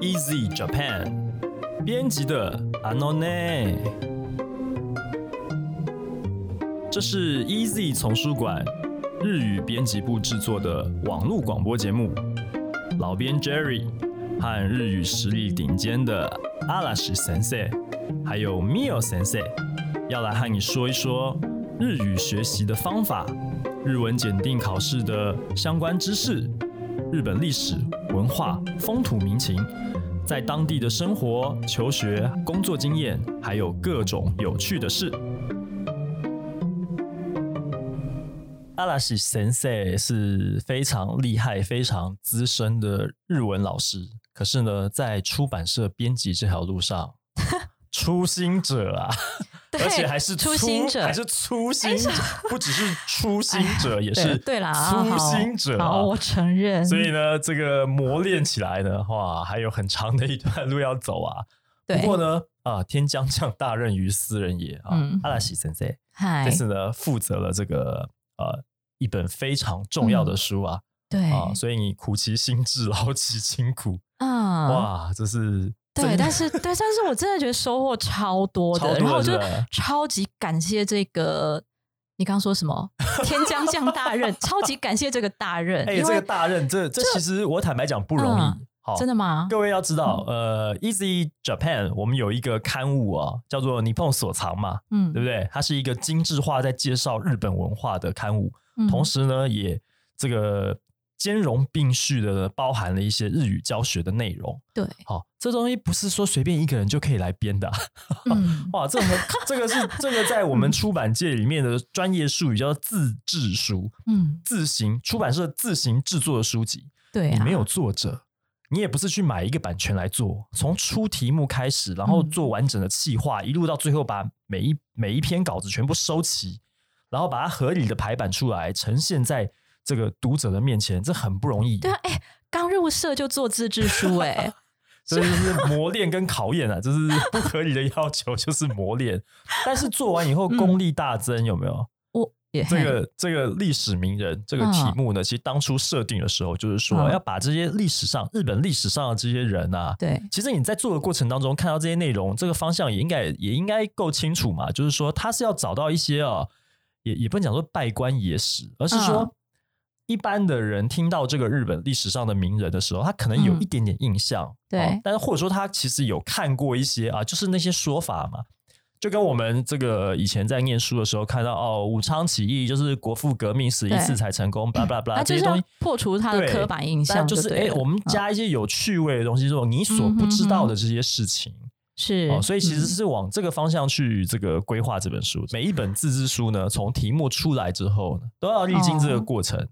Easy Japan 编辑的 Anone。这是 Easy 丛书馆日语编辑部制作的网络广播节目，老编 Jerry 和日语实力顶尖的阿拉什先生，还有 Mio 先生，要来和你说一说日语学习的方法、日文检定考试的相关知识、日本历史文化、风土民情，在当地的生活、求学、工作经验，还有各种有趣的事。阿拉西先生是非常厉害、非常资深的日文老师，可是呢，在出版社编辑这条路 上，初心者啊，对而且还是初粗心者哎还是初心者，不只是初心者，也对是对啦，啊粗心者好，啊好，我承认。所以呢，这个磨练起来的话，还有很长的一段路要走啊。对，不过呢，啊，天将降大任于斯人也啊嗯，阿拉西先生嗨哎这，次呢负责了这个呃一本非常重要的书啊对啊，所以你苦其心志，劳其筋 骨，啊，哇，这是对，真的 但是对，但是我真的觉得收获超多超的，多然后我的就是吧超级感谢这个。你刚说什么？天将降大任， 超级感谢这个大任，哎，因这为个大任，这这其实我坦白讲不容易嗯，好，真的吗？各位要知道，呃，Easy Japan 我们有一个刊物啊，叫做《你碰所藏》嘛，嗯对不对？它是一个精致化在介绍日本文化的刊物，嗯同时呢，也这个兼容并蓄的包含了一些日语教学的内容。对，好、哦这东西不是说随便一个人就可以来编的啊、嗯，哇！这个这个是这个在我们出版界里面的专业术语叫做自制书，嗯，自行出版社自行制作的书籍。对你啊，没有作者，你也不是去买一个版权来做，从出题目开始，然后嗯做完整的企划，一路到最后把每一每一篇稿子全部收齐，然后把它合理的排版出来，呈现在这个读者的面前，这很不容易，对啊，哎、刚入社就做自制书、哎，这就是磨练跟考验啊，这是不合理的要求，就是磨练。但是做完以后嗯功力大增，有没有？我也 这个这个历史名人这个题目呢，其实当初设定的时候就是说，嗯要把这些历史上日本历史上的这些人啊，对，其实你在做的过程当中看到这些内容，这个方向也应该也应该够清楚嘛。就是说，他是要找到一些哦，也也不能讲说拜官野史，而是说、嗯一般的人听到这个日本历史上的名人的时候，他可能有嗯一点点印象，对哦但是或者说他其实有看过一些啊，就是那些说法嘛。就跟我们这个以前在念书的时候看到哦，武昌起义就是国父革命十一次对才成功，巴拉巴拉那这些就是东要西破除他的对刻板印象但对就了，嗯是哎、我们加一些有趣味的东西，这种你所不知道的这些事情、是、哦，所以其实嗯是往这个方向去这个规划这本书。每一本自制书呢，从题目出来之后呢，都要历经这个过程。嗯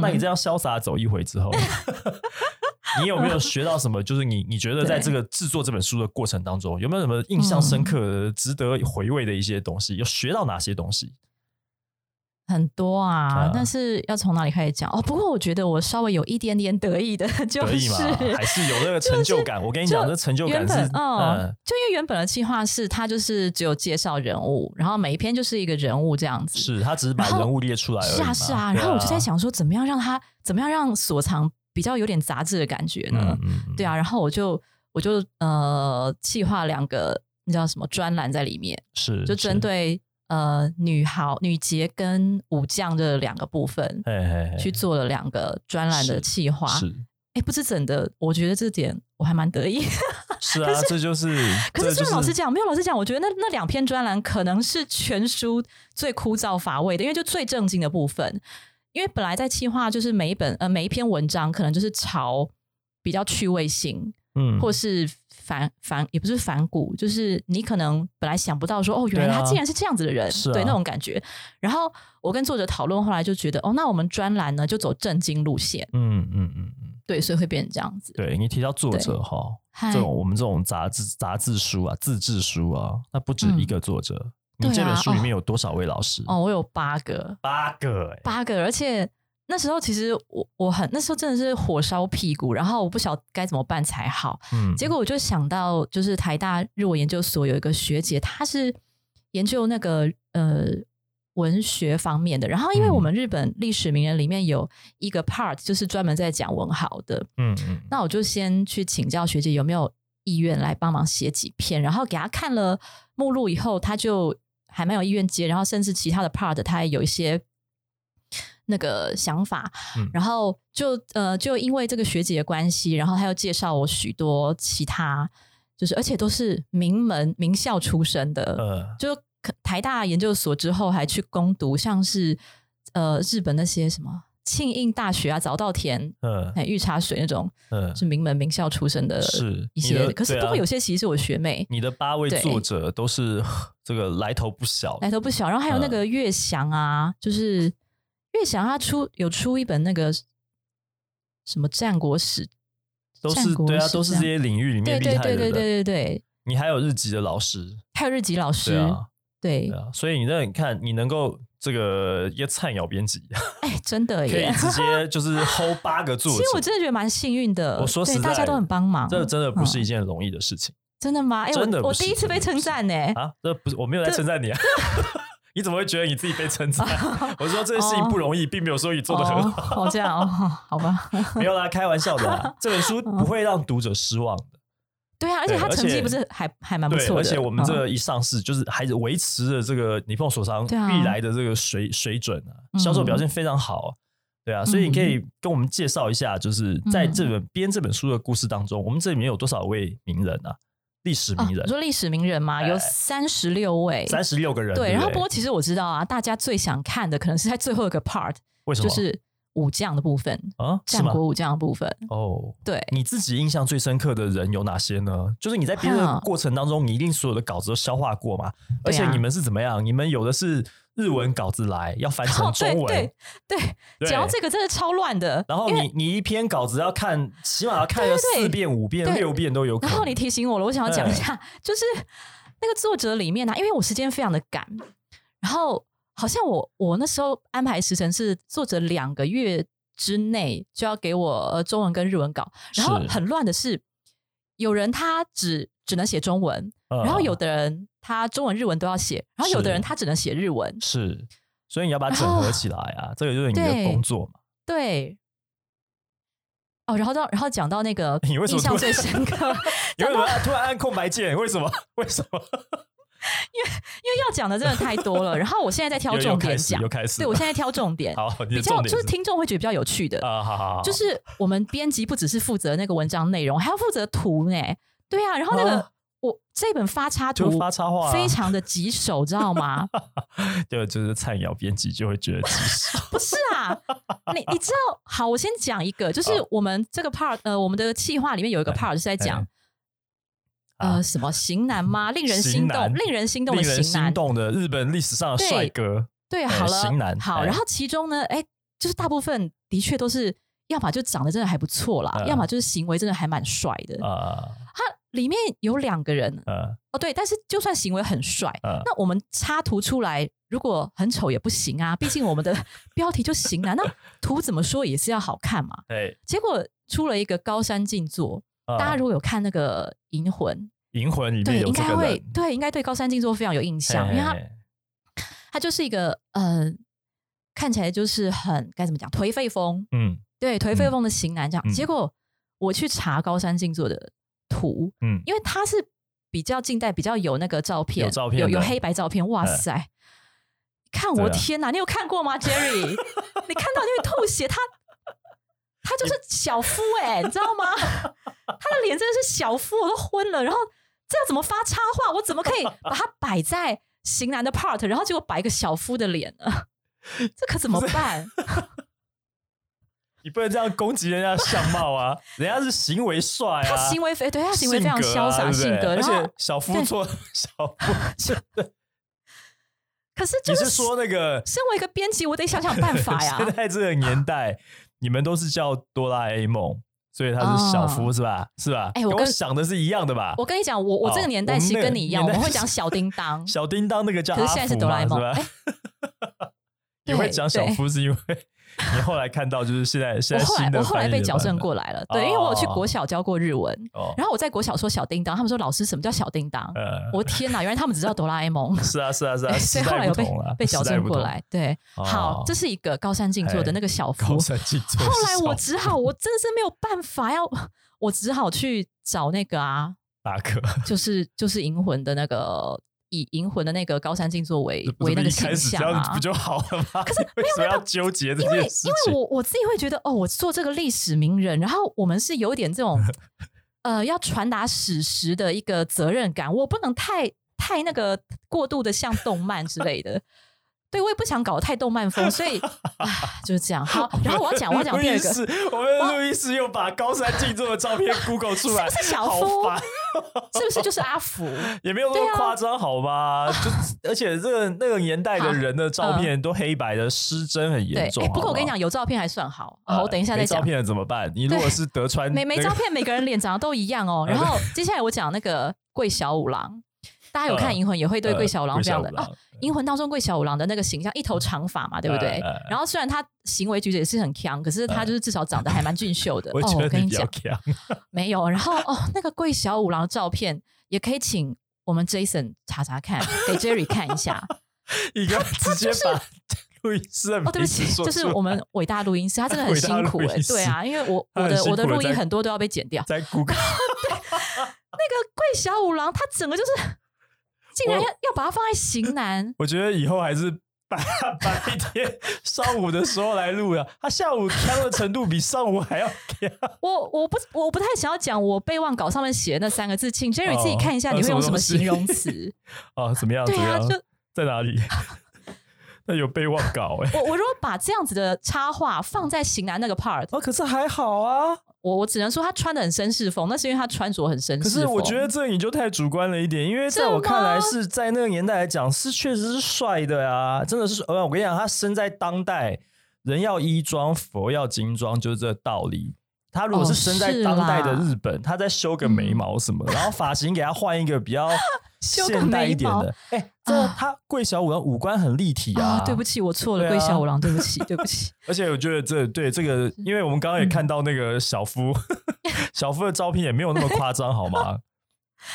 那你这样潇洒走一回之后， 你有没有学到什么？就是你你觉得在这个制作这本书的过程当中，有没有什么印象嗯深刻的、值得回味的一些东西？有学到哪些东西？很多啊啊，但是要从哪里开始讲哦？不过我觉得我稍微有一点点得意的 就得意吗？是还是有那个成就感？我跟你讲，就这成就原感是本嗯嗯，就因为原本的计划是它就是只有介绍人物，然后每一篇就是一个人物这样子。是他只是把然后人物列出来而已是嘛啊是啊，然后我就在，想说，怎么样让它怎么样让所藏比较有点杂质的感觉对啊呢？嗯嗯嗯对啊，然后我就我就呃计划两个那叫什么专栏在里面，是就针，对呃女豪、女杰跟武将这两个部分是嘿嘿嘿去做了两个专栏的是企划。 是哎，不知怎的，我觉得这点我还蛮得意。 是啊，这就是，可这是就虽然老师讲，没有老师讲，我觉得那那两篇专栏可能是全书最枯燥乏味的，因为就最正经的部分。因为本来在企划，就是每一本呃每一篇文章，可能就是朝比较趣味性，嗯，或是反反也不是反骨，就是你可能本来想不到说哦，原来对啊他竟然是这样子的人，是啊对那种感觉。然后我跟作者讨论，后来就觉得哦，那我们专栏呢就走正经路线，嗯嗯嗯嗯，对，所以会变成这样子。对你提到作者哈，嗨这种我们这种杂志杂志书啊，自制书啊，那不止一个作者，嗯你这对本啊书里面有多少位老师？哦，我有八个，八个哎，八个，而且那时候其实我我很那时候真的是火烧屁股，然后我不晓得该怎么办才好。嗯，结果我就想到，就是台大日文研究所有一个学姐，她是研究那个呃文学方面的。然后，因为我嗯们日本历史名人里面有一个 part 就是专门在讲文豪的，嗯嗯，那我就先去请教学姐有没有意愿来帮忙写几篇，然后给她看了目录以后，她就还蛮有意愿接，然后甚至其他的 part 她也有一些那个想法，嗯然后就呃就因为这个学姐的关系，然后她又介绍我许多其他，就是而且都是名门名校出身的，呃，就可台大研究所之后还去攻读，像是呃日本那些什么庆应大学啊、早稻田。呃，哎，御茶水那种呃，是名门名校出身的，是呃一你些，的可是对不过啊有些其实是我学妹，你的八位对作者都是 这个来头不小，来头不小。然后还有嗯那个岳翔啊，就是岳翔他出有出一本那个什么战国史，都战是国对啊，史都是这样些领域里对面厉对害对的对人。对对对，你还有日籍的老师，还有日籍老对师，啊，对对，啊，所以你那你看，你能够这个一个菜鸟编辑，哎，真的可以耶。直接就是 hold 八个其作实我者，真的觉得蛮幸运的，我说对实在大家都很帮忙，这真的不是嗯一件容易的事情真的吗？哎，真的我不我是第一次被称赞呢，啊！这不是我没有在称赞你啊，你怎么会觉得你自己被称赞？哦我说这件事情不容易，并没有说你做的很好，哦，哦这样哦，好吧， 没有啦，开玩笑的 啦。这本书嗯不会让读者失望的，对啊，而且对他而成绩且不是还还蛮不对，错的，而且我们嗯这个一上市，就是还是维持着这个你凤所商对啊历来的这个水水准啊，嗯销售表现非常好。对啊，所以你可以跟我们介绍一下，就是在嗯这本编这本书的故事当中，我们这里面有多少位名人啊？历史啊名人你，说历史名人嘛，有哎三十六位，三十六个人。对，对然后不不对过其实我知道啊，大家最想看的可能是在最后一个 part，为什就么？是武将的部分，啊，是战吗？国武将的部分。哦，对，你自己印象最深刻的人有哪些呢？就是你在编的哈过程当中，你一定所有的稿子都消化过嘛？而对啊且你们是怎么样？你们有的是日文稿子来，要翻成哦，中对文。对对，对讲到这个真的超乱的。然后你你一篇稿子要看，起码要看个对对四遍、五遍、对六遍都有可然能。后你提醒我了，我想要讲一下，哎就是那个作者里面呢、啊，因为我时间非常的赶，然后好像我我那时候安排时程是作者两个月之内就要给我呃中文跟日文稿，然后是很乱的是，有人他只只能写中文，嗯然后有的人他中文、日文都要写，然后有的是人他只能写日文。是，所以你要把它整然后合起来啊，这个就是你的对工作嘛。对。哦，然后到然后讲到那个你为什么印象突最然深刻，你为什么啊突然按空白键？为什么？ 为什么？因为要讲的真的太多了。然后我现在在挑又又重点开始，讲又，开始了。对我现在挑重点，好，你比的较重就点是听众会觉得比较有趣的，啊，好好好，就是我们编辑不只是负责那个文章内容，还要负责图呢。对啊，然后那个、啊我这本发插就图发插画啊非常的棘手，知道吗？对，就是菜鸟编辑就会觉得棘 手不是啊， 你你知道？好，我先讲一个，就是我们这个 part，呃，我们的企划里面有一个哎 part 是在讲。啊呃，什么型男 吗？令人心型男动，令人心动的令人型心男，动的日本历史上的对帅哥，对，哎好了，型男好。哎然后其中呢，哎，就是大部分的确都是，要么就长得真的还不错啦，嗯要么就是行为真的还蛮帅的。啊他里面有两个人呃哦，对，但是就算行为很帅，呃，那我们插图出来如果很丑也不行啊，毕竟我们的标题就型男，那图怎么说也是要好看嘛。哎，结果出了一个高山静坐，啊大家如果有看那个《银魂银魂》，里对，面有应这该个会人，对，应该对高山静坐非常有印象，因为他嘿嘿嘿他就是一个呃，看起来就是很该怎么讲颓废风，嗯对颓废风的型男这样。嗯结果我去查高山静坐的图，嗯，因为他是比较近代，比较有那个照片，有照片有有的黑白照片，哇嗯塞！看对我啊天哪，你有看过吗，Jerry？你 看到你会吐血，他他就是小夫哎、你知道吗？他的脸真的是小夫，我都昏了。然后这要怎么发插画？我怎么可以把它摆在型男的 part，然后结果摆一个小夫的脸呢？这可怎么办？你不能这样攻击人家的相貌啊，人家是行为帅啊，他行为非对他行为非常性格潇啊洒，对不性对格。而然后且小夫对 做小夫，可是你就是是说那个身为一个编辑，我得想想办法呀。 现在这个年代，你们都是叫哆啦 A 梦，所以他是小夫、哦是吧？是吧？哎我跟我跟想的是一样的吧？我跟你讲，我我这个哦年代我们其实那个跟你一样，我年代们会是，讲小叮当小叮当那个叫可阿是现在是福哆啦嘛， A 是梦吧？哎也会讲小对夫，是因为你后来看到就是现在现我在后新来的我后来翻译被的矫版正本过来了，对，因为我有去国小教过日文，哦，然后我在国小说小叮当，他们说老师什么叫小叮当？呃，我天哪，原来他们只知道哆啦 A 梦。是啊是啊是啊，对哎所时以后来代有不被同了，被矫时代正不过同。来，对，哦哎好，这是一个高山静坐的那个小夫高。山静坐后是来什么我只好，我真的是没有办法，要我只好去找那个啊，哪个？就是就是银魂的那个以银魂的那个高山静坐 为这不为是那个一开形始象这样啊不。就好了吗？可是为什么要纠结这因为件事因为情？我我自己会觉得，哦，我做这个历史名人，然后我们是有 点这种呃要传达史实的一个责任感，我不能太太那个过度的像动漫之类的。对，我也不想搞得太动漫 风，所以唉就是这样。好，然后我要讲，我要讲第二个，个，我们的录音师又把高山静坐的照 片 Google 出来，是不是小好夫烦是不是就是 阿福？也没有那对么啊夸张，好吧？就 而且这个那个年代的人的照片都黑白的，失真很嗯对，严重。诶不过我跟你好讲，有照片还算好。不好，哎好，我等一下再没照讲。片了怎么办？你如果是德川每每那个张片每个人脸长得都一 样哦。然后接下来我讲那个桂小五郎，大家有看呃《银魂》也会对呃桂小五郎非常的桂小五啊郎， 《银魂》当中桂小五郎的那个形象，一头长发嘛，对不对呃呃？然后虽然他行为举止也是很强，可是他就是至少长得还蛮俊秀的。哎 我哦，觉我得跟你你比较讲，强，没有。然后哦，那个桂小五郎的照片也可以请我们 Jason 查查看，给 Jerry 看一 下。你 刚刚直接把 录音师的哦，名对不字起，说就是出来我们伟大录音师，他真的很伟大辛苦录哎、音师对啊，因为我他我很的辛我的苦了录音在很多都要被剪掉。 在 Google 那个桂小五郎，他整个就是竟然我，要要把它放在型男我觉得以后还是白 白天上午的时候来录啊，他下午呛的程度比上午还要呛。 我我不我不太想要讲我备忘稿上面写的那三个字，请 Jerry 自己看一下，哦你会用什么什么东西形容词？ 哦，怎么样？对怎么啊，样？就在哪里？ 那有备忘稿哎、我我如果把这样子的插画放在型男那个 part，哦，可是还好啊。我我只能说他穿的很绅士风，那是因为他穿着很绅士风。可是我觉得这你就太主观了一点，因为在我真的吗看来是在那个年代来讲是确实是帅的啊，真的是。呃，我跟你讲，他生在当代，人要衣装，佛要金装，就是这个道理。他如果是哦生在是当代的啦日本，他再修个眉毛什么，然后发型给他换一个比较修个现代一点眉毛的。哎，这他桂小五的五官很立体啊啊，，对不起，我错了，对啊桂小五郎，对不起，对不起。而且我觉得这对这个，嗯因为我们刚刚也看到那个小夫， 小夫的照片也没有那么夸张，好吗？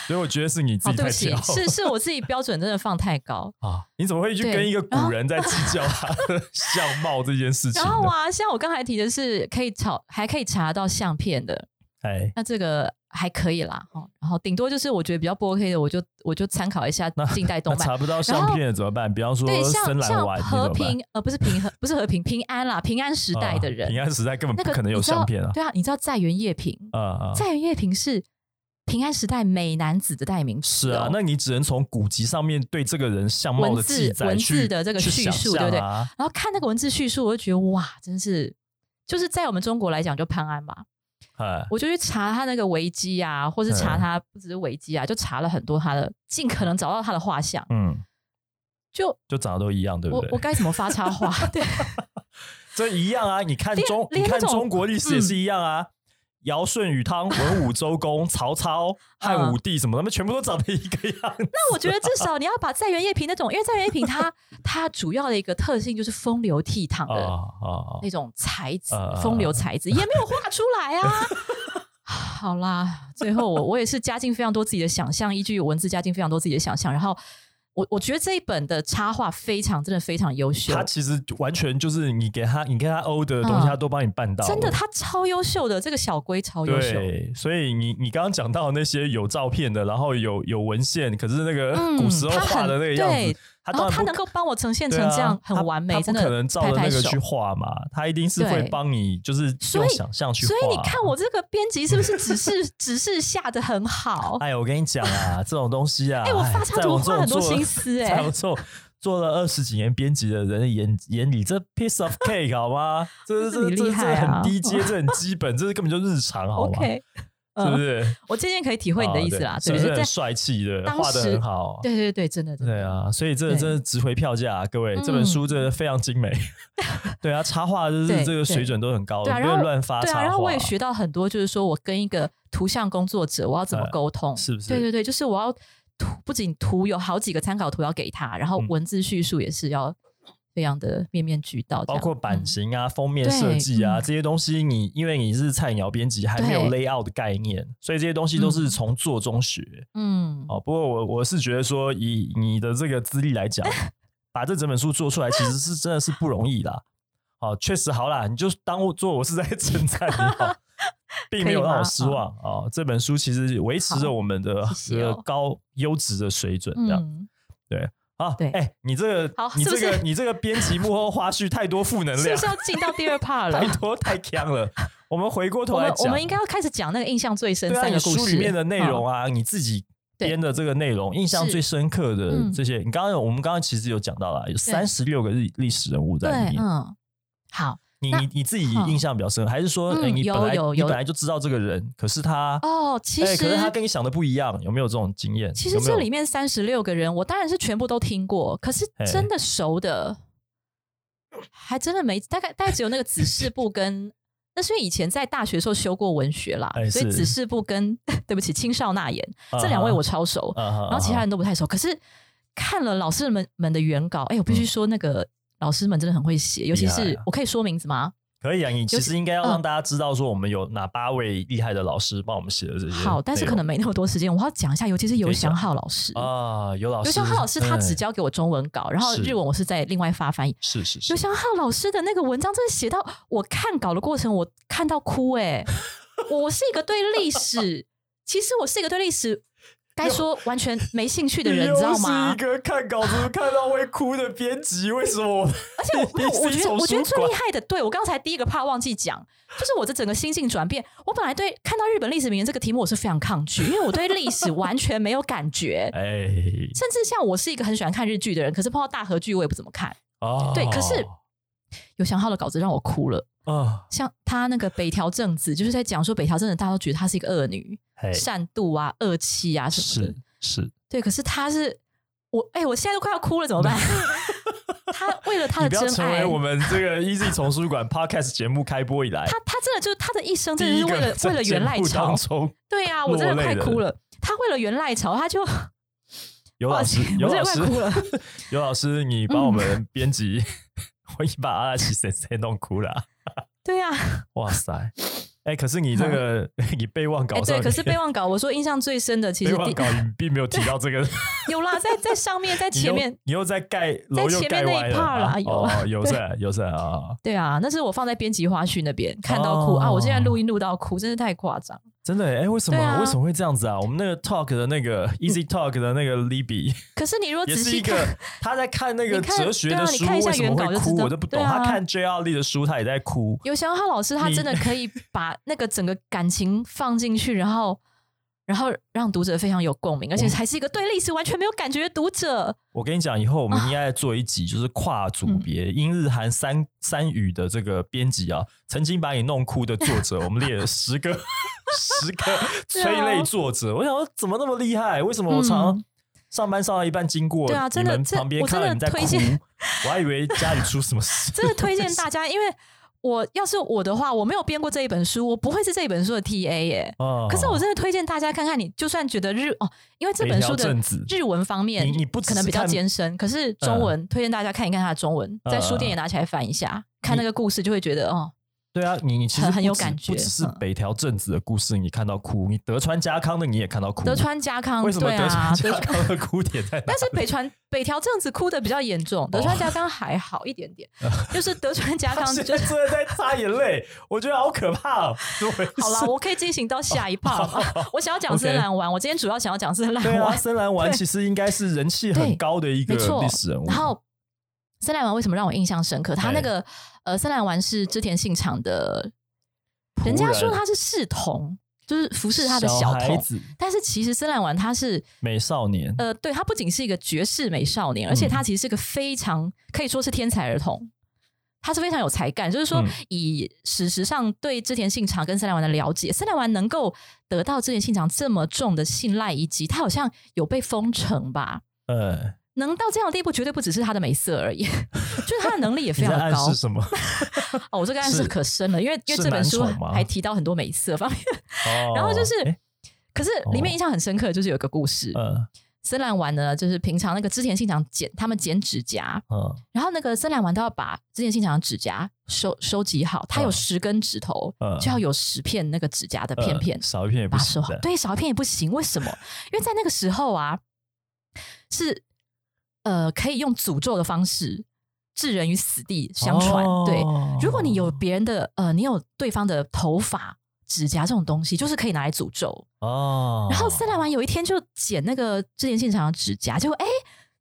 所以我觉得是 你自好，己哦对太不起挑，是是我自己标准真的放太 高。啊！你怎么会去跟对一个古人在计较他的 相貌这件事情然呢？后啊，像我刚才提的是可以找，还可以查到相片的，哎，那这个还可以啦，哦，然后顶多就是我觉得比较不 OK 的，我就我就参考一下近代那动漫。查不到相片怎么办？比方说对，深像蓝像丸，你怎和么办平呃，不是平和，不是和平，平安啦，平安时代的啊人，平安时代根本那不个可能有你知道相片啊！对啊，你知道在原叶平，啊啊！在原叶平是平安时代美男子的代名词是哦、啊，那你只能从古籍上面对这个人相貌的文字记载文去字的这个去叙想述象对不对啊然后看那个文字叙述，我就觉得哇，真是就是在我们中国来讲就潘安嘛，哎，我就去查他那个维基啊，或是查嗯他不只是维基啊，就查了很多他的，尽可能找到他的画像，嗯，就就长得都一样，对不我对？我该怎么发插 话？对，这一样啊！你看连中，你连看那种嗯中国历史也是一样啊。尧舜禹汤、文武周公、曹 啊操、汉武帝什么，他们全部都长得一个样。那我觉得至少你要把在原叶平那种，因为在原叶平 它它主要的一个特性就是风流倜傥啊的啊啊！那种才子，啊啊啊风流才子也没有画出来啊。 好啦，最后我我也是加进非常多自己的想象，依据文字加进非常多自己的想象，然后我我觉得这一本的插画非常真的非常优秀他，其实完全就是你给他，你给他欧的东西，嗯他都帮你办到了。真的他超优秀的，这个小龟超优秀。对，所以你你刚刚讲到那些有照片的，然后有有文献，可是那个 古时候他画很的那个样对子，，然当后嗯他然能不。够帮我呈现成对啊这样他很完美，他真不的可能照拍着拍那个手去画嘛，他一定是会对帮你，就是所用以想象去画。所以你看我这个编辑是不是只 是只是下的很好？哎，我跟你讲 啊，这种东西啊，哦哎，我发哎插在图我这花种很多做了 心思在哎我，做做了二十几年编辑的人的眼眼里，这 piece of cake 好吗？这这是这你这厉这害啊很低阶，这很基本，这是根本就日常好吗？ OK，是不嗯，是？我渐渐可以体会你的意思啦啊，对对是不就是在很帅气的，当画的时很好。对对对，真的，真的对，啊，所以这对真的值回票价、啊，各位，这本嗯书真的非常精美。 对啊，插画就是对这个水对准都很高，对啊不然能后乱发对插啊，画。然后我也学到很多，就是说我跟一个图像工作者，我要怎么呃沟通？是不是对对对，就是我要图，不仅图有好几个参考图要给他，然后嗯文字叙述也是要。非常的面面俱到这包样，括版嗯型啊、封面设计啊这些东西你，因为你是菜鸟编辑，还没有对 layout 的概念，所以这些东西都是从做中学。嗯，哦，不过我我是觉得说，以你的这个资历来讲， 把这整本书做出来，其实是真的是不容易啦。哦，确实好啦，你就当我做我是在 称赞你好， 并没有让我失望哦。这本书其实维持着我们的嗯好谢谢呃哦高优质的水准，这样嗯，啊。对哎，你这个好，你是这不是 个你这个编辑幕后花絮太多负能是不量是，要进到第二 part 太了？多太强 了。我们回过头我来们我讲们，应该要开始讲那个印象最深对啊，三你个故书事嗯里面的内容啊，你自己对编的这个内容，印象是最深刻的嗯这些，你刚刚有我们刚刚其实有讲到了，有三十六个历历史人物对在，里面。嗯，好你那你你自己嗯印象比较深，还是说，嗯哎，你有本来有你有本来就知道这个人，可是他，哦，其哎，实可是他跟你想的不一样，有没有这种经验？其实有没有这里面三十六个人，我当然是全部都听过，可是嘿真的熟的，还真的没，大概大概只有那个子事部跟。 那是因为以前在大学的时候修过文学啦，哎所以是子事部跟 对不起青少纳言、这两位我，超熟，啊哈然后其他人都不太熟。可是看了老师们们的原稿，哎、我必嗯须说那个老师们真的很会写，尤其厉害是啊我可以说名字吗？可以啊，你其尤实应该要让大家知道说，我们有哪八位厉害的老师帮我们写的这些内容。好，但是可能没那么多时间，我要讲一下，尤其是可尤以讲祥浩老师。啊，有老师，尤祥浩老师他只哎教给我中文稿，然后是日文我是在另外发翻译。是是是尤，祥浩老师的那个文章真的写到我看稿的过程，我看到哭哎、我我是一个对历史，其实我是一个对历史该说完全没兴趣的人，你知道吗？你又是一个看稿子看到会哭的编辑，为什么？而且。没有，我觉得我觉得最厉害的，对我刚才第一个怕忘记讲，就是我的整个心境转变。我本来对看到日本历史名人这个题目我是非常抗拒，因为我对历史完全没有感觉哎甚至像我是一个很喜欢看日剧的人，可是碰到大和剧我也不怎么看。哦对可是有祥浩的稿子让我哭了，啊，像他那个北条政子，就是在讲说北条政子大家都觉得她是一个恶女、嘿善妒啊、恶气啊什么的是。是，对，可是她是我，哎、我现在都快要哭了，怎么办？ 她为了她你的不真要成爱为，我们这个 Easy 丛书馆 Podcast 节目开播以来，她她真的就是她的一生，真的第一是个为了在为了节源赖目朝当，中对啊，我真的快哭了。他为了原赖朝，他就有抱老师歉，有我真老的师快哭了。 有老师，你帮我们编 辑，我已经把阿拉奇谁谁弄哭了啊。对啊，哇塞！哎，可是你这个 你备忘 哎、稿对，上可是面备忘稿，我说印象最深的其备实忘稿第你并没有提到这个。有啦，在在上面，在你前又面，你又在盖楼又前面盖那一哎歪 part 啊啦有 哦，有在有在啊，对啊，那是我放在编辑花絮那边看到哭、哦啊，我现在录音录到哭，真是太夸张。真的哎，为什么对啊为什么会这样子啊？我们那个 talk 的那 个 easy talk 的那个 Libby 可是你如果也仔是细一个看，他在看那个你看哲学对的啊你书看一下为什么原稿会就哭，知道我都不懂。对啊他看 J.R. Lee 的书，他也在哭。有祥浩老师他你真的可以把那个整个感情放进去，然后然后让读者非常有共鸣，而且还是一个对历史完全没有感觉的读者。我跟你讲，以后我们应该再做一集，就是跨组 嗯别英日韩三三语的这个编辑啊，曾经把你弄哭的作 者，我们列了十个十个催泪作者。我想说，怎么那么厉害？为什么我常啊嗯上班上到一半经过对啊你真的们这旁边我真看的到你在哭推荐，我还以为家里出什么事。 真的推荐 大家，因为我要是我的话，我没有编过这一本书，我不会是这一本书的 TA 耶。啊可是我真的推荐大家看看你，就算觉得日哦，因为这本书北条的政子日文方面，你你不只是可能比较看嗯艰深，可是中文、推荐大家看一看它的中文，在书店也拿起来翻一下，看那个故事就会觉得哦，对啊，你你其实很很有不止感觉不只是嗯北条政子的故事，你看到哭，你德川家康的你也看到哭。德川家康为什么对德川啊，德家康的哭点在哪？但是北川北条这样子哭的比较严哦重，德川家康还好一点点，就是德川家嗯他康现就在真的在擦眼泪，我觉得好可怕、哦。怎么回事好啦，我可以进行到下一 part 了吧。我想要讲哦 OK 深蓝丸，我今天主要想要讲深蓝对啊，丸，深蓝丸其实应该是人气很高的一个没错历史人物。哎然后深蓝丸为什么让我印象深刻？他那个呃，深蓝丸是织田信长的，人仆家人说他是侍童，就是服侍他的小孩童。子、但是其实深蓝丸他是美少年，呃，对他不仅是一个绝世美少年，而且嗯他其实是个非常可以说是天才儿童。他是非常有才干，就是说嗯，以史实上对织田信长跟森濑丸的了解，森濑丸能够得到织田信长这么重的信赖，以及他好像有被封城吧，呃，能到这样的地步，绝对不只是他的美色而已， 就是他的能力也非你在常暗高示。 什么？哦，我这个暗示是可深了，因为因是为这本男书宠吗还提到很多美色方面， 哦然后就是诶，哦可是里面印象很深刻，就是有一个故事，呃，森兰丸呢，就是平常那个织田信长剪他们剪指甲，嗯，然后那个森兰丸都要把织田信长的指甲收收集好，他有嗯十根指头，嗯就要有十片那个指甲的呃片片，少一片也把不它收行好的。。对，少一片也不行，为什么？因为在那个时候啊，是呃可以用诅咒的方式置人于死地相传。对，哦如果你有别人的呃，你有对方的头发、指甲这种东西，就是可以拿来诅咒。哦，然后森兰丸有一天就剪那个之前现场的指甲，结果哎，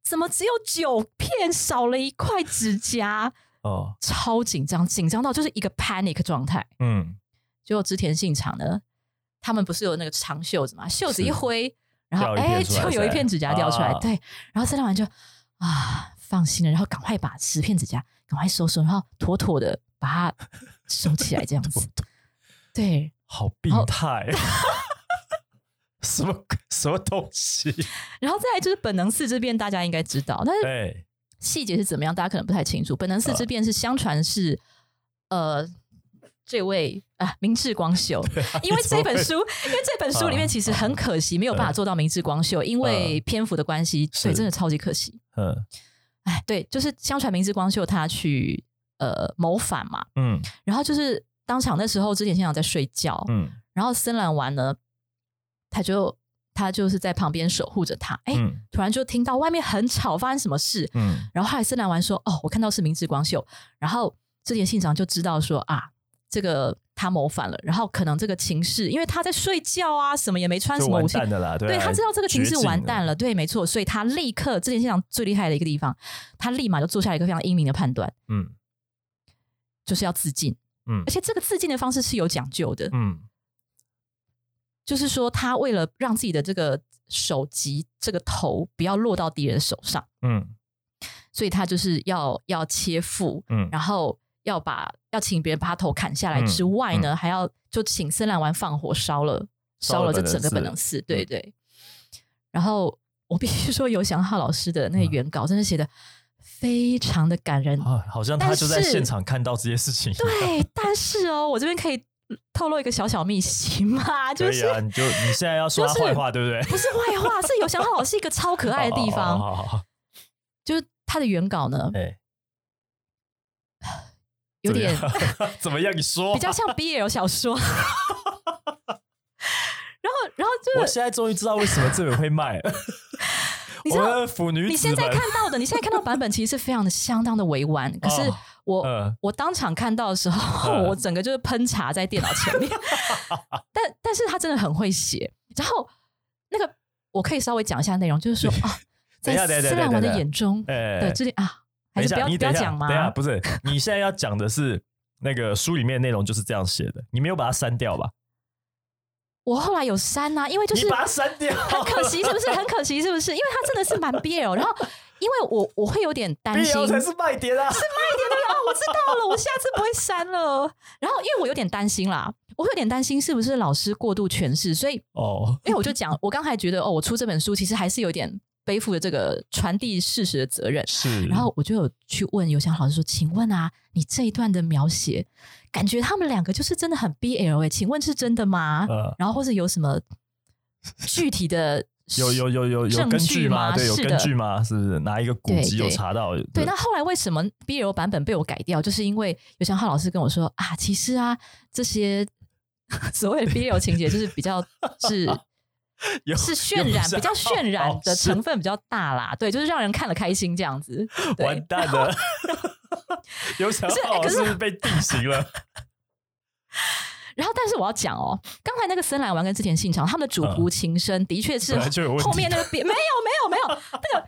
怎么只有九片，少了一块指甲？哦，超紧张，紧张到就是一个 panic 状态。嗯，结果织田信长呢，他们不是有那个长袖子嘛，袖子一挥，然后掉一片哎，出来就有一片指甲掉出来，啊对，然后森兰丸就啊放心了，然后赶快把十片指甲赶快收收，然后妥妥的把它收起来，这样子，对，好病态，哦 什么什么东 西？然后再来就是本能寺这边大家应该知道，但是哎，细节是怎么样，大家可能不太清楚。本能寺这呃边是相传是呃。这位啊，明治光秀，啊因为这本书，因为这本书里面其实很可惜，没有办法做到明治光秀，因为篇幅的关系，对，嗯是真的超级可惜。嗯哎，对，就是相传明治光秀他去呃谋反嘛，嗯然后就是当场那时候织田信长在睡觉，嗯然后森兰丸呢，他就他就是在旁边守护着他，哎，嗯突然就听到外面很吵，发生什么事？嗯，然后后来森兰丸说：“哦，我看到是明治光秀。”然后织田信长就知道说啊，这个他谋反了，然后可能这个情势，因为他在睡觉啊，什么也没穿，就什么完武器，蛋的啦，对对啊他知道这个情势完蛋了，了，对，没错，所以他立刻织田信长最厉害的一个地方，他立马就做下了一个非常英明的判断，嗯就是要自尽，嗯而且这个自尽的方式是有讲究的，嗯就是说他为了让自己的这个首级这个头不要落到敌人手上，嗯所以他就是要要切腹，嗯，然后要把要请别人把他头砍下来之外呢，还要就请森兰丸放火烧了嗯烧烧了了这本能整寺个嗯本能寺，对对。然后我必须说，游祥浩老师的那个原稿真的写的非常的感人，嗯啊，好像他但就在是现场看到这些事情，对。 但是哦，我这边可以透露一个小小秘辛嘛，就可以是、啊，你就你现在要说他就是坏话，对不对？不是坏话，是游祥浩老师一个超 可爱的地哦好方，好好好好，就是他的原稿呢哎，有点怎么样怎么样？你说啊比较像 BL 小说。 然后，然后就我现在终于知道为什么这本会卖了。你知我道们的腐女子们，你现在看到的，你现在看到版本其实是非常的相当的委婉，可是我、嗯我当场看到的时候，嗯我整个就是喷茶在电脑前面， 但但是他真的很会写。然后那个我可以稍微讲一下内容，就是说啊，等在一下等一下斯兰王等一的下眼中哎，的这里啊，等一还是不下，要你不等一要下讲嘛等一，下，不是，你现在要讲的是那个书里面内容就是这样写的，你没有把它删掉吧？我后来有删呐、因为就是你把它删掉，很可惜，是不是？很可惜，是不是？因为他真的是蛮 BL，然后因为我我会有点担心， BL 才是卖点啊！啊，我知道了，我下次不会删了。然后，因为我有点担心啦，我有点担心是不是老师过度诠释，所以，哦，因为我就讲，我刚才觉得哦，我出这本书其实还是有点背负着这个传递事实的责任。是，然后我就有去问尤翔老师说：“请问啊，你这一段的描写，感觉他们两个就是真的很 BL 哎、请问是真的吗？ 呃，然后或者有什么具体的有有有有有证根据据吗吗？对，有是的根据吗？是不是哪一个古对籍有对查到？对，那后来为什么 BL 版本被我改掉？就是因为尤祥浩老师跟我说啊，其实啊，这些 所谓的 BL 情节就是比较是 有哦是渲染，比较渲染的成成分比较大啦，对，就是让人看了开心这样子。完对，蛋 了，有想是哎好可是是不是被定型 了？然后但是我要讲哦，刚才那个森兰丸跟之前信长他们的主仆情深的确是嗯本来就有问题后面那个 B 没有没有没有那个。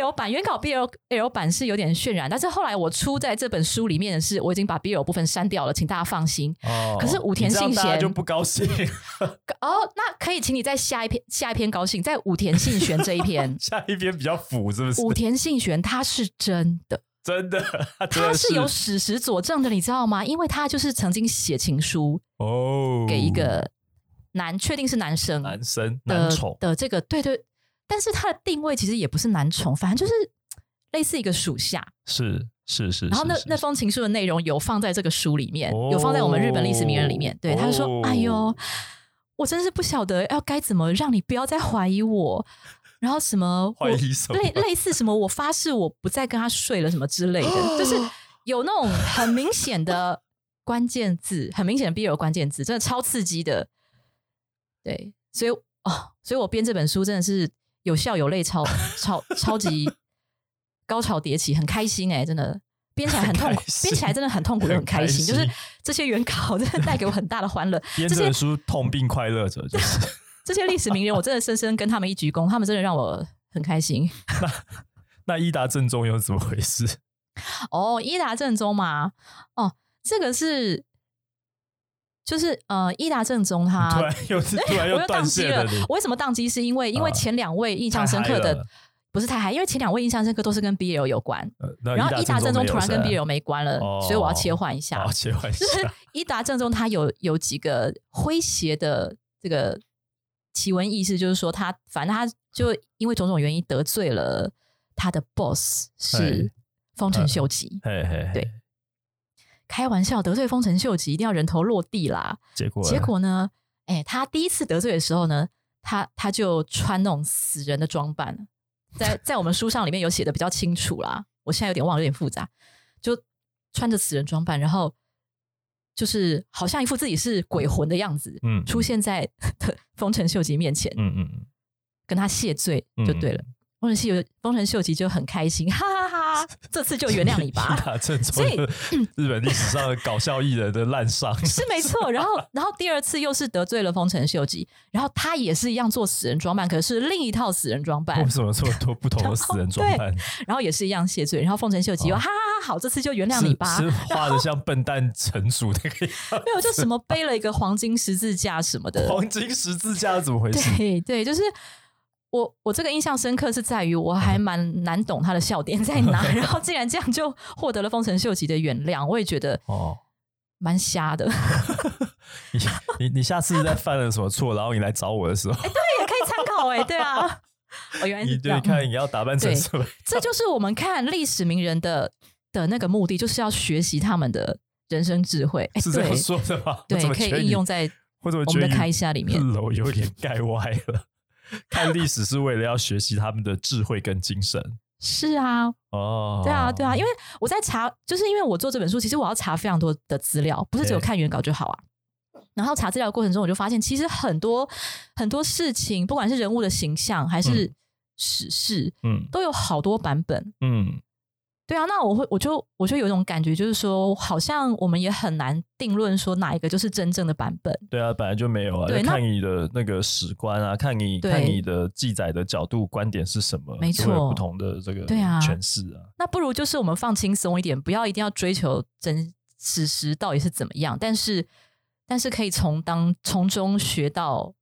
BL 版原稿 BL L 版是有点渲染，但是后来我出在这本书里面的是，我已经把 BL 部分删掉了，请大家放心。哦可是武田你这样信大家贤就不高兴，，哦，那可以，请你在下一篇下一篇高兴，在武田信玄这一篇下一篇比较腐，是不 是？武田信玄他是真的，真的，真他的是有史实佐证的，你知道吗？因为他就是曾经写情书哦，给一个男，确定是男生男生男的宠，的这个，对对，但是他的定位其实也不是男宠，反正就是类似一个属下。是是是。然后那是是那封情书的内容有放在这个书里面，有放在我们日本历史名人里面。对，他就说：“哦哎呦，我真是不晓得要该怎么让你不要再怀疑我。”然后什么我怀疑什么 类类似什么，我发誓我不再跟他睡了什么之类的，就是有那种很明显的关键字，很明显的 BL 关键字，真的超刺激的。对，所以哦，所以我编这本书真的是有笑有泪超，超超级高潮迭起，很开心哎、真的编起来很痛很苦开，心编起来真的很痛苦又很开心，很就开心是这些原稿真的带给我很大的欢乐，编这这些本书痛并快乐着，就是 这些历史名人，我真的深深跟他们一鞠躬，他们真的让我很开心。那伊达正宗又怎么回事？哦，伊达正宗嘛，哦，这个是就是呃，伊达正宗他 突然又是突然我又又断宕机线了你。我为什么宕机？是因为因为啊前两位印象深刻太嗨的、了不是太嗨，因为前两位印象深刻都是跟 BL 有关，呃那然后伊达正宗宗突然跟 BL 没关了，哦啊所以我要切换一下。好切换一就下， 是伊达正宗他有有几个诙谐的这个奇闻异事，就是说他反正他就因为种种原因得罪了他的哎 boss 是嘿丰臣秀吉，嘿嘿嘿，对开玩笑得罪丰臣秀吉一定要人头落地啦。结果结果呢，哎，他第一次得罪的时候呢，他他就穿那种死人的装扮，在在我们书上里面有写的比较清楚啦，我现在有点忘了，有点复杂，就穿着死人装扮，然后就是好像一副自己是鬼魂的样子，嗯出现在 丰臣秀吉面前，嗯嗯嗯跟他谢罪就对了。丰臣秀丰臣秀吉就很开心，哈哈哈这次就原谅你吧 伊。达正宗所 以是日本历史上的搞笑艺人的滥 觞， 是没错。然后，然后第二次又是得罪了丰臣秀吉，然后他也是一样做死人装扮，可是另一套死人装扮为，什么这么多不同的死人装扮？然后也是一样谢罪。然后丰臣秀吉又、哦哈哈哈，好，这次就原谅是你吧。是画的像笨蛋城主那个样没有，就什么背了一个黄金十字架什 么的。黄金十字架怎么回事？呃对对，就是我我这个印象深刻是在于我还蛮难懂他的笑点在 哪，然后竟然这样就获得了丰臣秀吉的原谅，我也觉得哦，蛮 瞎的。你你你下次再犯了什么错，然后你来找我的时候，也可以参考哎、对啊，我原来你是这对样。看你要打扮成什么？这就是我们看历史名人的的那个目的，就是要学习他们的人生智慧。哎是这样说的吗？对我怎对，么可以觉得应你用在我怎么我觉们得的你开虾里面。楼有点盖歪了。看历史是为了要学习他们的智慧跟精神是啊，哦。对啊，对啊，因为我在查，就是因为我做这本书，其实我要查非常多的资料，不是只有对看原稿就好啊。然后查资料的过程中，我就发现其实很多很多事情，不管是人物的形象还是史事，嗯都有好多版本。嗯，对啊，那我会，我就我就有一种感觉，就是说，好像我们也很难定论说哪一个就是真正的版本。对啊，本来就没有啊，对要那看你的那个史观啊，看你对看你的记载的角度观点是什么，没错就会有不同的这个对啊诠释啊，那不如就是我们放轻松一点，不要一定要追求真史实到底是怎么样，但是但是可以从当从中学到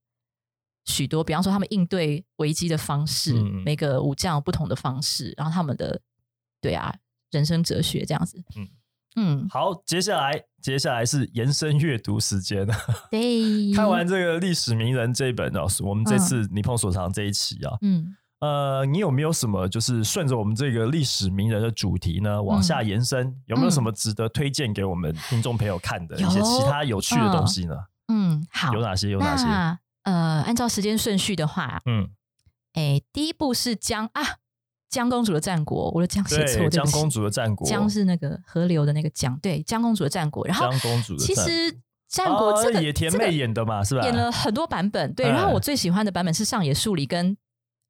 许多，比方说他们应对危机的方式，嗯每个武将有不同的方式，然后他们的对啊人生哲学这样子。嗯嗯嗯，好，接下来接下来是延伸阅读时间。啊对， 看完这个历史名人这一本哦，我们这次你碰所长这一期啊，嗯呃，你有没有什么就是顺着我们这个历史名人的主题呢往嗯下延伸？有没有什么值得推荐给我们听众朋友看的一有些其他有趣的东西呢？嗯，好，有哪些？有哪些？那呃，按照时间顺序的话，嗯，哎，第一部是江啊，江公主的战国，我的江写错，对，对江不起公主的战国，江是那个河流的那个江，对，江公主的战国。然后江公主的其战国实战国这个、哦野田妹演的嘛，是这吧？个演了很多版本，对。嗯然后我最喜欢的版本是上野树里跟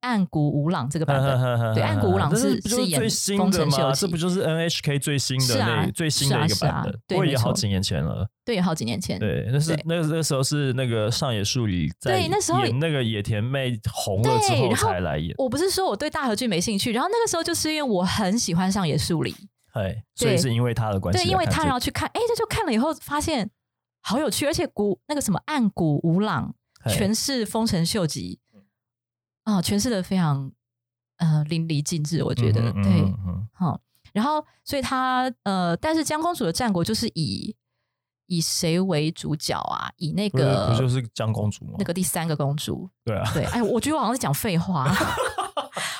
岸谷五郎这个版本。本对岸谷五郎这是是不就是演最新丰的臣嘛？秀吉这不就是 NHK 最新的是啊那最新是的啊一个是啊版本？不对过也没错好几年前了。对，好几年前，对，那是对那那个时候是那个上野树里在对那时候演那个野田妹红了之对后然后才来演，我不是说我对大和剧没兴趣，然后那个时候就是因为我很喜欢上野树里，哎，所以对是因为他的关系来看对，这个，因为他然后去看，哎，这就看了以后发现好有趣，而且古那个什么岸谷五郎嘿诠释丰臣秀吉啊、诠释的非常呃淋漓尽致，我觉得、嗯嗯对。嗯嗯好、然后所以他呃，但是江公主的战国就是以以谁为主角啊？以那不是个不就是江公主吗那？个第三个公主，对啊，对，哎，我觉得我好像在讲 废话。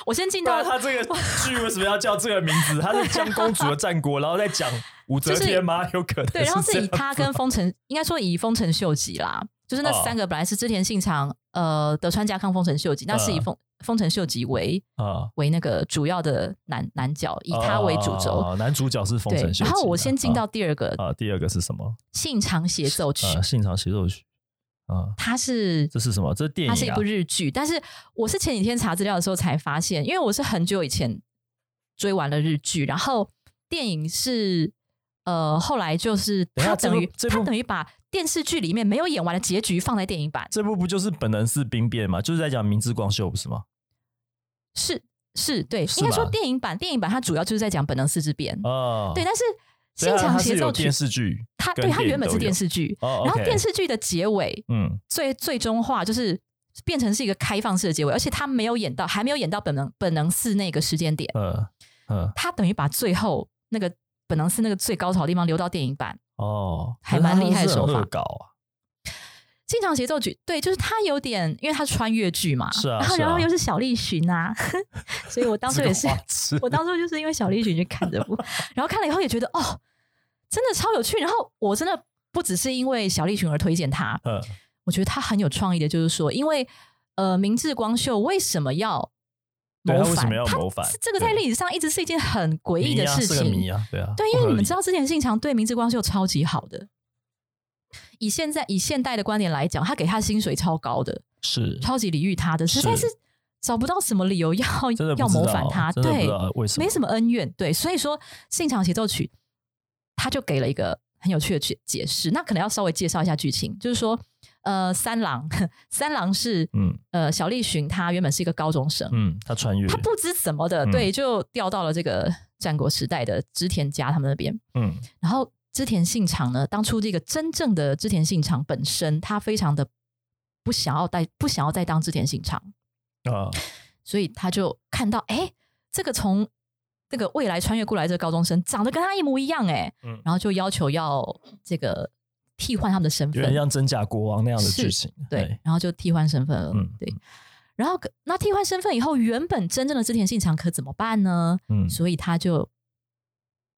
我先进不到然他这个剧为什么要叫这个名字？他是江公主的战国，然后再讲武则天吗？有可能对，然后是是这以样他跟丰臣，应该说以丰臣秀吉啦，就是那哦三个本来是织田信长、呃德川家康、丰臣秀吉，那是以嗯丰丰臣秀吉为啊，为那个主要的男男角，以他为主轴。啊男主角是丰对臣，秀吉。然后我先进啊到第二个啊第二个是什么？信长协奏曲，啊，信长协奏曲啊，它是这是什么？这是电它是影一啊部日剧，但是我是前几天查资料的时候才发现，因为我是很久以前追完了日剧，然后电影是呃后来就是等一下它等于这部这部它等于把电视剧里面没有演完的结局放在电影版，这部不就是本能寺兵变嘛？就是在讲明治光秀不是吗？是是对，是应该说吧电影版电影版它主要就是在讲本能寺之变，啊，对，但是所以现它场它是协有奏曲电。视剧，它跟对它电影原本都是有电视剧，哦然后 OK 电视剧的结尾嗯最最终化就是变成是一个开放式的结尾，而且他没有演到，还没有演到本能本能寺那个时间点，呃呃他等于把最后那个本能寺那个最高潮的地方留到电影版。哦，还蛮厉害的可是它手是很法恶搞啊，经常协奏曲，对，就是他有点，因为他穿越剧嘛，是啊然后是啊然后又是小栗旬啊， 所以我当初也是这个， 花痴我当初就是因为小栗旬去看这部，然后看了以后也觉得哦，真的超有趣，然后我真的不只是因为小栗旬而推荐他，呃我觉得他很有创意的，就是说，因为呃，明治光秀为什么要对谋他为什反？么要谋反是这个在对历史上一直是一件很诡异迷的啊事是个迷情。啊，对啊，对，不因为合你们理知道，之前信长对明治光秀超级好的。以现在以现代的观点来讲，他给他薪水超高的，是超级礼遇他的，实在是找不到什么理由要真的不要知谋道啊反他，真的不对知，道为什么没什么恩怨，对，所以说《信长协奏曲》他就给了一个很有趣的解解释。那可能要稍微介绍一下剧情，就是说，呃，三郎，三郎是嗯呃小栗旬，他原本是一个高中生，嗯，他穿越他不知怎么的，嗯对，就调到了这个战国时代的织田家他们那边。嗯然后织田信长呢，当初这个真正的织田信长本身，他非常的不想要带，不想要再当织田信长，啊所以他就看到，哎、这个从这个未来穿越过来这个高中生长得跟他一模一样、哎，嗯然后就要求要这个替换他们的身有点份，像真假国王那样的是剧情，对，然后就替换身份了，嗯对。然后可那替换身份以后，原本真正的织田信长可怎么办呢？嗯所以他就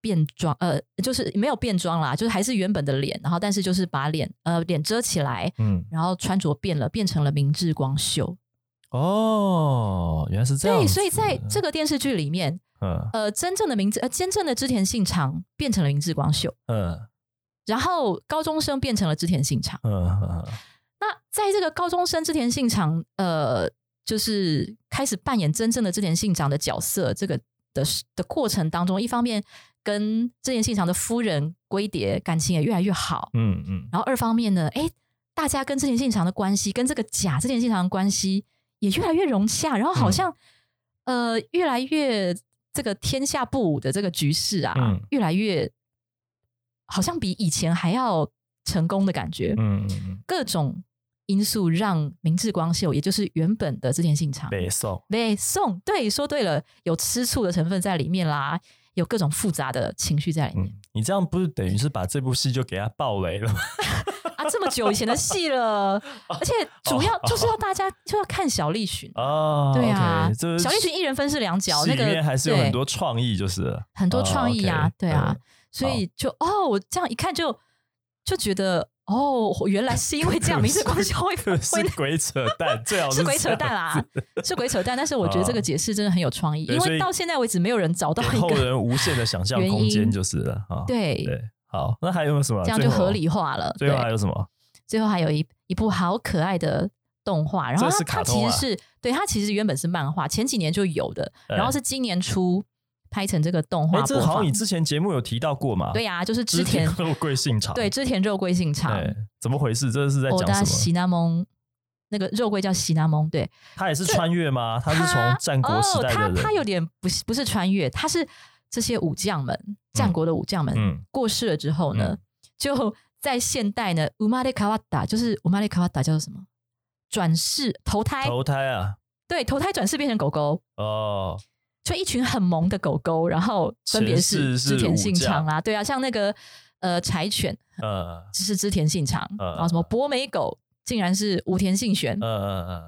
变装，呃，就是没有变装啦，就是还是原本的脸，然后但是就是把脸呃脸遮起来，嗯然后穿着变了，变成了明治光秀。哦，原来是这样对，子，啊所以在这个电视剧里面，嗯呃，真正的名字，呃，真正的织田信长变成了明智光秀，嗯然后高中生变成了织田信长。嗯嗯那在这个高中生织田信长，呃，就是开始扮演真正的织田信长的角色，这个的的过程当中，一方面跟织田信长的夫人龟蝶感情也越来越好，嗯嗯然后二方面呢，哎，大家跟织田信长的关系，跟这个假织田信长的关系也越来越融洽，然后好像、呃越来越这个天下不武的这个局势啊，嗯越来越好像比以前还要成功的感觉。嗯嗯嗯，各种因素让明治光秀，也就是原本的织田信长北宋被送，对，说对了，有吃醋的成分在里面啦，有各种复杂的情绪在里面、嗯，你这样不是等于是把这部戏就给它爆雷 了吗？嗯啊，这么久以前的 戏了，而且主要就是要大家就要看小栗旬。哦，对啊 OK，这小栗旬一人分饰两角，戏那里个面还是有对很多创意，就是了很多创意哦啊，，OK，对啊嗯，所以就哦，我这样一看就就觉得哦，原来是因为这样，明治光秀 会可 是会鬼扯 淡，最好是鬼这扯样淡啦，是鬼扯淡。但是我觉得这个解释真的很有创意，对因所为以到现在为止没有人找到给一后个人无限的想象原空间因就是了啊。对，对，好，那还有什么？这样就最后啊合。理化了。最后还对，有什么？最后还有一一部好可爱的动画，然后这是它卡它通其啊实是对它其实原本是漫画，前几年就有的，哎然后是今年初拍成这个动哎画，这播好像放你。之前节目有提到过嘛？对，呀，就是织织田田肉桂信长。对织田肉桂信长，哎，怎么回事？这是在欧讲达什西么？纳蒙。那个肉桂叫西纳蒙，对，他也是穿越吗？他是从战国时代的哦，他他有人。点不是不是穿越，他是这些武将们，战国的武将们、嗯，过世了之后呢，嗯就在现代呢，乌马列卡瓦达就是乌马列卡瓦达叫做什么？转世投胎，投胎啊，对，投胎转世变成狗狗，哦，就一群很萌的狗狗，然后分别前世是是织武田信将长啦、对啊，像那个呃柴犬呃，是织田信长，呃然后什么博美狗竟然是武田信玄，呃呃呃，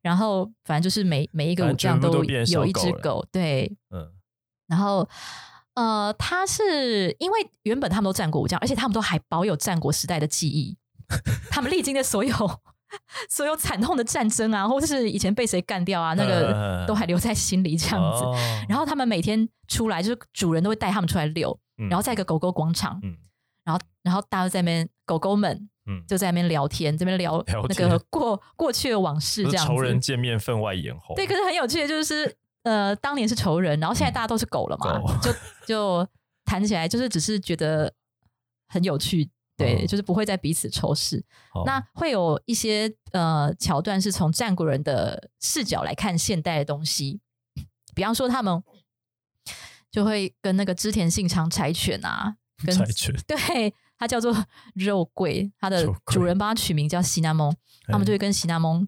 然后反正就是每每一个反武正将全部都变小有一只狗了狗，对，嗯然后 呃，他是因为原本他们都战国武将，而且他们都还保有战国时代的记忆，他们历经的所有 所有惨痛的战争啊，或者是以前被谁干掉啊，那嗯个都还留在心里这这样子。然后他们每天出来，就是主人都会带他们出来遛，嗯然后在一个狗狗广场，嗯然后然后大家都在那边，狗狗们嗯，就在那边聊天，这边聊聊那天个过过去的往事就这是样仇子。人见面分外眼红，对，可是很有趣的就是，呃，当年是仇人，然后现在大家都是狗了嘛，狗 就就谈起来就是只是觉得很有趣，对，嗯就是不会再彼此仇视。哦，那会有一些呃桥段是从战国人的视角来看现代的东西，比方说他们就会跟那个织田信长柴犬啊，跟柴犬，对，它叫做肉桂，它的肉桂哎主人帮它取名叫西南蒙，他们就会跟西南蒙，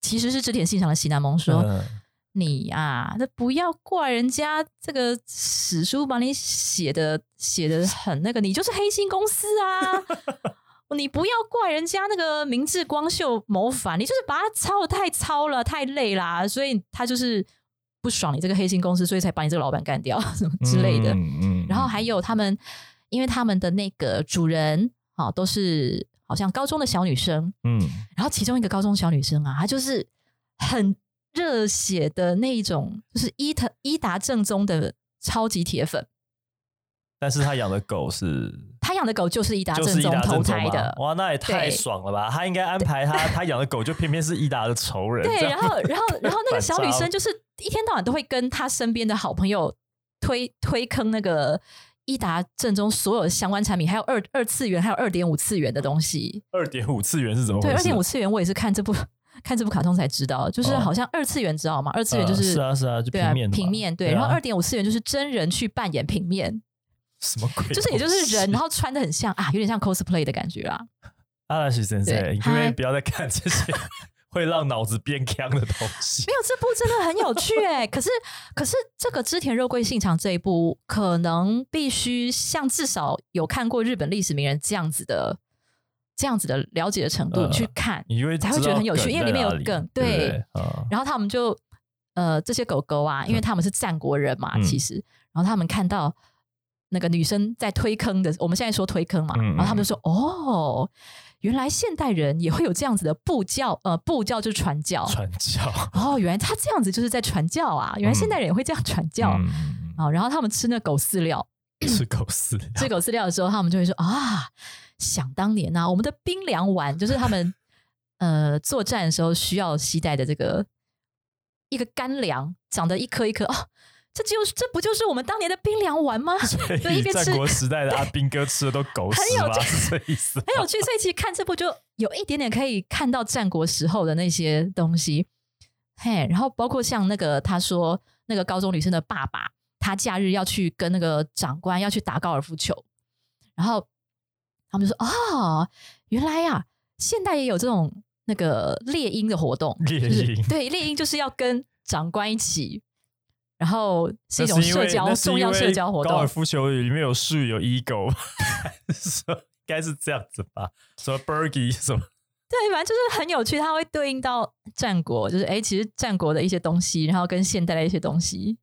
其实是织田信长的西南蒙说。嗯你啊，那不要怪人家这个史书把你写的写的很那个，你就是黑心公司 啊！你不要怪人家那个明治光秀谋反，你就是把他操的太操了，太累啦，所以他就是不爽你这个黑心公司，所以才把你这个老板干掉什么之类的。嗯嗯然后还有他们，因为他们的那个主人啊、哦都是好像高中的小女生，嗯然后其中一个高中小女生啊，她就是很热血的那一种，就是伊达伊达正宗的超级铁粉。但是他养的狗 是她养的狗就是伊达就是正伊宗达投正宗胎嘛的，哇，那也太对爽了吧！他应该安排他他养的狗就偏偏是伊达的仇人，对。这然样后， 然后，然后那个小女反生差就是一天到晚都会跟她身边的好朋友推推坑那个。伊达正宗所有的相关产品，还有二二次元，还有二点五次元的东西。二点五次哦元是怎么回对，事？二点五次元我也是看这部看这部卡通才知道，就是哦好像二次元知道吗？二次元就呃是啊是啊，就对平啊，面的嘛平面对，啊然后二点五次元就是真人去扮演平面，什么鬼？就是也就是人，。然后穿的很像啊，有点像 cosplay 的感觉啦。阿拉西先生，对你可不可以嗨不要再看这 些会让脑子变僵的东西没？有这部真的很有 趣哎、可是可是这个织田肉桂信长这一部，可能必须像至少有看过日本历史名人这样子的这样子的了解的程度、呃去看，你就会才会知觉得道很有趣因为在里面有哪里梗对不对对啊，然后他们就呃这些狗狗啊，因为他们是战国人嘛，嗯其实，然后他们看到那个女生在推坑的，我们现在说推坑嘛，嗯嗯然后他们就说哦，原来现代人也会有这样子的布教，呃，布教就是传教。传教哦，原来他这样子就是在传教啊！原来现代人也会这样传教啊、嗯哦然后他们吃那狗饲料，吃狗啊饲料 吃狗饲料的时候，他们就会说啊，想当年啊呐、我们的冰凉丸就是他们呃作战的时候需要携带的这个一个干粮，长得一颗一颗哦，这就是这不就是我们当年的冰凉丸吗？所对以一边战吃国时代的阿兵哥吃的都狗屎 很有吧？趣是这意思吗？很有趣，所以其实看这部就有一点点可以看到战国时候的那些东西，嘿，然后包括像那个他说那个高中女生的爸爸，他假日要去跟那个长官要去打高尔夫球，然后他们就说哦，原来呀、现代也有这种那个猎鹰的活动，猎就是鹰对猎鹰就是要跟长官一起。然后是那一种因社为交那是重要因为社交活高尔动，夫球里面有树有 ego，说应该是这样子吧？什么 Bergy 什么？对，反正就是很有趣，它会对应到战国，就是哎、诶其实战国的一些东西，然后跟现代的一些东西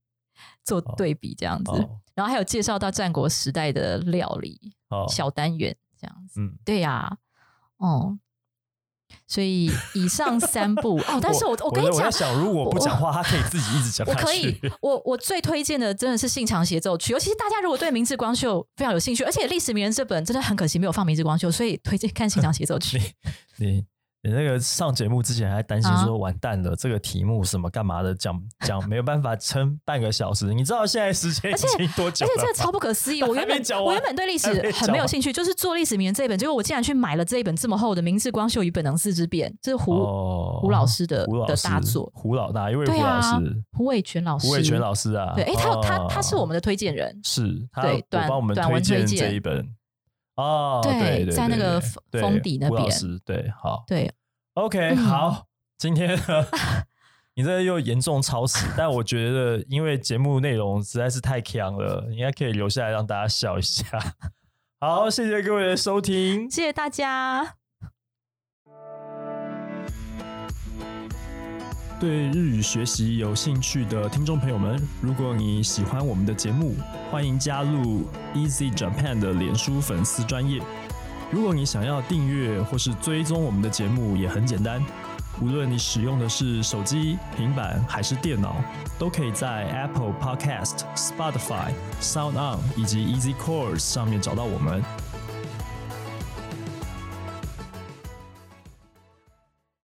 做对比这样子，哦然后还有介绍到战国时代的料理、哦，小单元这样子。嗯，对呀、哦、所以以上三部哦，但是我我跟你我在讲。想，如果我不讲话，他可以自己一直讲我下可以去。，我我最推荐的真的是《信长协奏曲》，尤其是大家如果对明治光秀非常有兴趣，而且《历史名人》这本真的很可惜没有放明治光秀，所以推荐看《信长协奏曲》。你你那个上节目之前还担心啊说完蛋了，这个题目什么干嘛的讲讲没有办法撑半个小时，你知道现在时间已而且经多久而了吗？且这个超不可思议，还我原没本讲完我原本对历史还没很讲没有完兴趣，就是做历史名人这一本，结果我竟然去买了这一本这么厚的《明治光秀与本能四之变》，这是胡、哦胡老师的胡老的师大作，胡老大，因为胡对老啊师，胡伟全老师，胡伟全老师啊，对，哎、他有他哦他是我们的推荐人，是他对有短帮我们短文推荐荐这一本哦，对对，对在那对个对封对封底那胡老边师对，好对， ，OK，嗯好，今天你这又严重超时，但我觉得因为节目内容实在是太强了，应该可以留下来让大家笑一下。 好，谢谢各位的收听，谢谢大家，对日语学习有兴趣的听众朋友们，如果你喜欢我们的节目，欢迎加入 Easy Japan 的脸书粉丝专业，如果你想要订阅或是追踪我们的节目，也很简单，无论你使用的是手机、平板还是电脑，都可以在 Apple Podcast、Spotify、Sound On 以及 Easy Course 上面找到我们。